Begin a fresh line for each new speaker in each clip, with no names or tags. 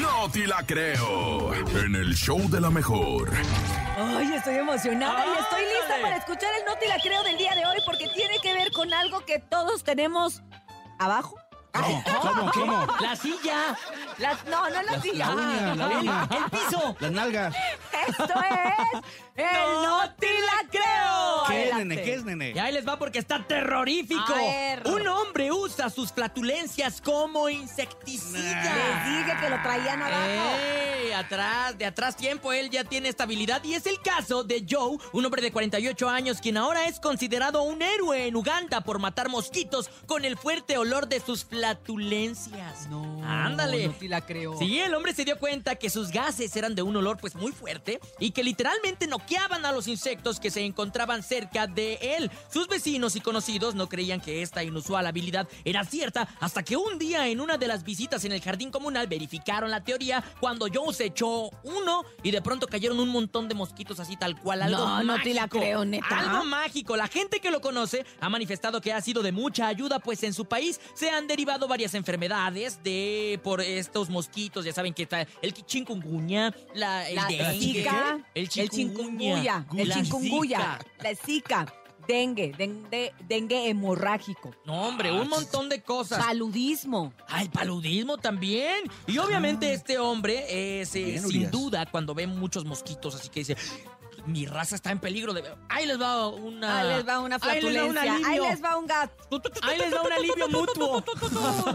No te la creo. En el show de la mejor.
Ay, estoy emocionada y estoy lista
Ándale.
para escuchar el No te la creo del día de hoy porque tiene que ver con algo que todos tenemos abajo.
¿Cómo? ¿Cómo?
La silla.
La- no, no la silla.
La uña, la
El,
uña.
el piso.
Las nalgas.
Esto es el No te la creo.
¿Qué es,
Adelante.
nene? ¿Qué es, nene?
Y ahí les va porque está terrorífico.
A ver.
Un hombre usa sus flatulencias como insecticida.
Les dije que lo traían abajo.
¡Ey! Atrás, de atrás tiempo, él ya tiene estabilidad. Y es el caso de Joe, un hombre de 48 años, quien ahora es considerado un héroe en Uganda por matar mosquitos con el fuerte olor de sus flatulencias.
No.
Ándale.
No te la creo.
Sí, el hombre se dio cuenta que sus gases eran de un olor pues muy fuerte y que literalmente noqueaban a los insectos que se encontraban cerca de él. Sus vecinos y conocidos no creían que esta inusual habilidad era cierta hasta que un día en una de las visitas en el jardín comunal verificaron la teoría cuando Joe se echó uno y de pronto cayeron un montón de mosquitos así tal cual. Algo
No, no te la
mágico.
creo, neta.
Algo mágico. La gente que lo conoce ha manifestado que ha sido de mucha ayuda, pues en su país se han derivado varias enfermedades de por estos mosquitos. Ya saben que está el chikungunya, la, el
La
dengue,
zika,
el
el
chikungunya,
chikungunya, el
la
chikungunya,
zika.
la zika, dengue, dengue, dengue hemorrágico,
No, hombre, un montón de cosas.
paludismo.
Ah, el paludismo también. Y obviamente
Ah.
este hombre es, eh,
Bien,
sin
Urias.
duda, cuando ve muchos mosquitos, así que dice, mi raza está en peligro de... Ahí les va una...
Ahí les va una
Ah. Ahí les va un
flatulencia. Ahí
alivio.
les va un gat.
Ahí les da un alivio mutuo.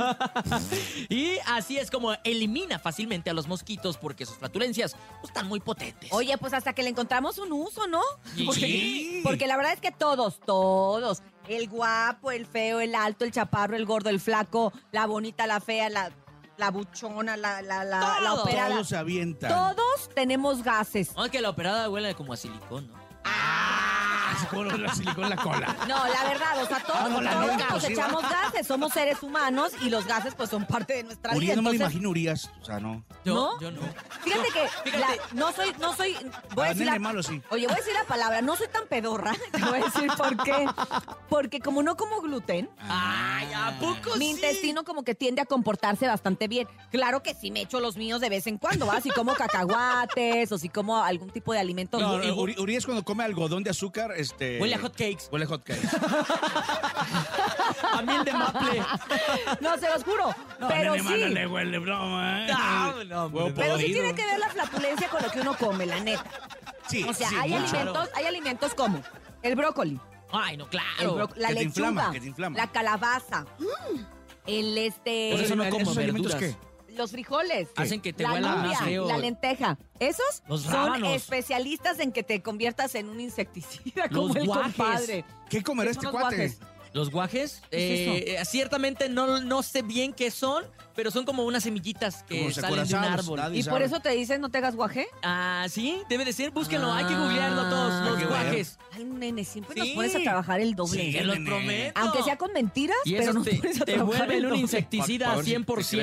y así es como elimina fácilmente a los mosquitos porque sus flatulencias pues, están muy potentes.
Oye, pues hasta que le encontramos un uso, ¿no?
Sí.
Porque, porque la verdad es que todos, todos, el guapo, el feo, el alto, el chaparro, el gordo, el flaco, la bonita, la fea, la, la buchona, la, la, la, la
Todos.
operada.
Todos Ah, se avientan.
Todos tenemos gases.
Aunque la operada huele como a silicón, ¿no?
Así como la silicón en la cola.
No, la verdad, o sea, todos,
Ah, no, la
todos
nunca, pues
nos
sí, va.
echamos gases, somos seres humanos y los gases pues son parte de nuestra vida.
Urias, no me lo
entonces,
imagino Urias. O sea, no.
Yo
¿No?
yo no.
Fíjate que la- no soy, no soy, voy a
Ah,
decir la-
nene malo, sí.
Oye, voy a decir la palabra, no soy tan pedorra, te voy a decir por qué. Porque como no como gluten,
Ah.
Ay, ¿a poco
mi
Ah. Pues sí?
intestino como que tiende a comportarse bastante bien. Claro que sí me echo los míos de vez en cuando, ¿va? Si como cacahuates o si como algún tipo de alimento.
No, no, Uri- Urias cuando come algodón de azúcar, este...
Eh, Huele a hot cakes.
Huele a hot cakes.
A miel de maple.
No, se los juro. pero sí.
huele broma, ¿eh?
No, no, hombre.
Huevo
Pero sí
podrido.
tiene que ver la flatulencia con lo que uno come, la neta.
Sí,
O sea,
sí,
hay,
mucho.
alimentos, hay alimentos como el brócoli,
Ay, no,
el
claro.
bro- la
que
lechuga,
te inflama, que te inflama.
la calabaza, mm, el este,
Por eso no como
¿Esos alimentos
verduras.
qué?
los frijoles,
Hacen que te
la
huela
nubia,
más feo.
la lenteja. Esos
Los
son
rábanos.
especialistas en que te conviertas en un insecticida como
Los
el
guajes.
compadre.
¿Qué comerá
¿Qué
este
son los
cuate?
guajes?
Los guajes,
¿Qué
eh, ciertamente no, no sé bien qué son, pero son como unas semillitas que
Como
salen de un
acorazados,
árbol.
nadie
Y por
sabe.
eso te dicen no te hagas guaje.
Ah, sí, debe de ser. Búsquenlo, hay que
Ah.
googlearlo todos,
Hay
los
que ver.
guajes.
Ay, nene, siempre
Sí.
nos pones a trabajar el doble.
Se
Sí,
los
nene.
prometo.
Aunque sea con mentiras,
y
pero
eso
nos
te,
pones a
te
trabajar
vuelven
el
un
doble.
insecticida
Por favor, si te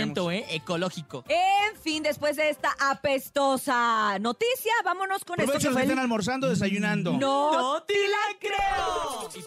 100%
queremos.
eh, ecológico.
En fin, después de esta apestosa noticia, vámonos con esto
Aprovecho
que
los
fue
que
el-
están almorzando, desayunando.
No
te la creo!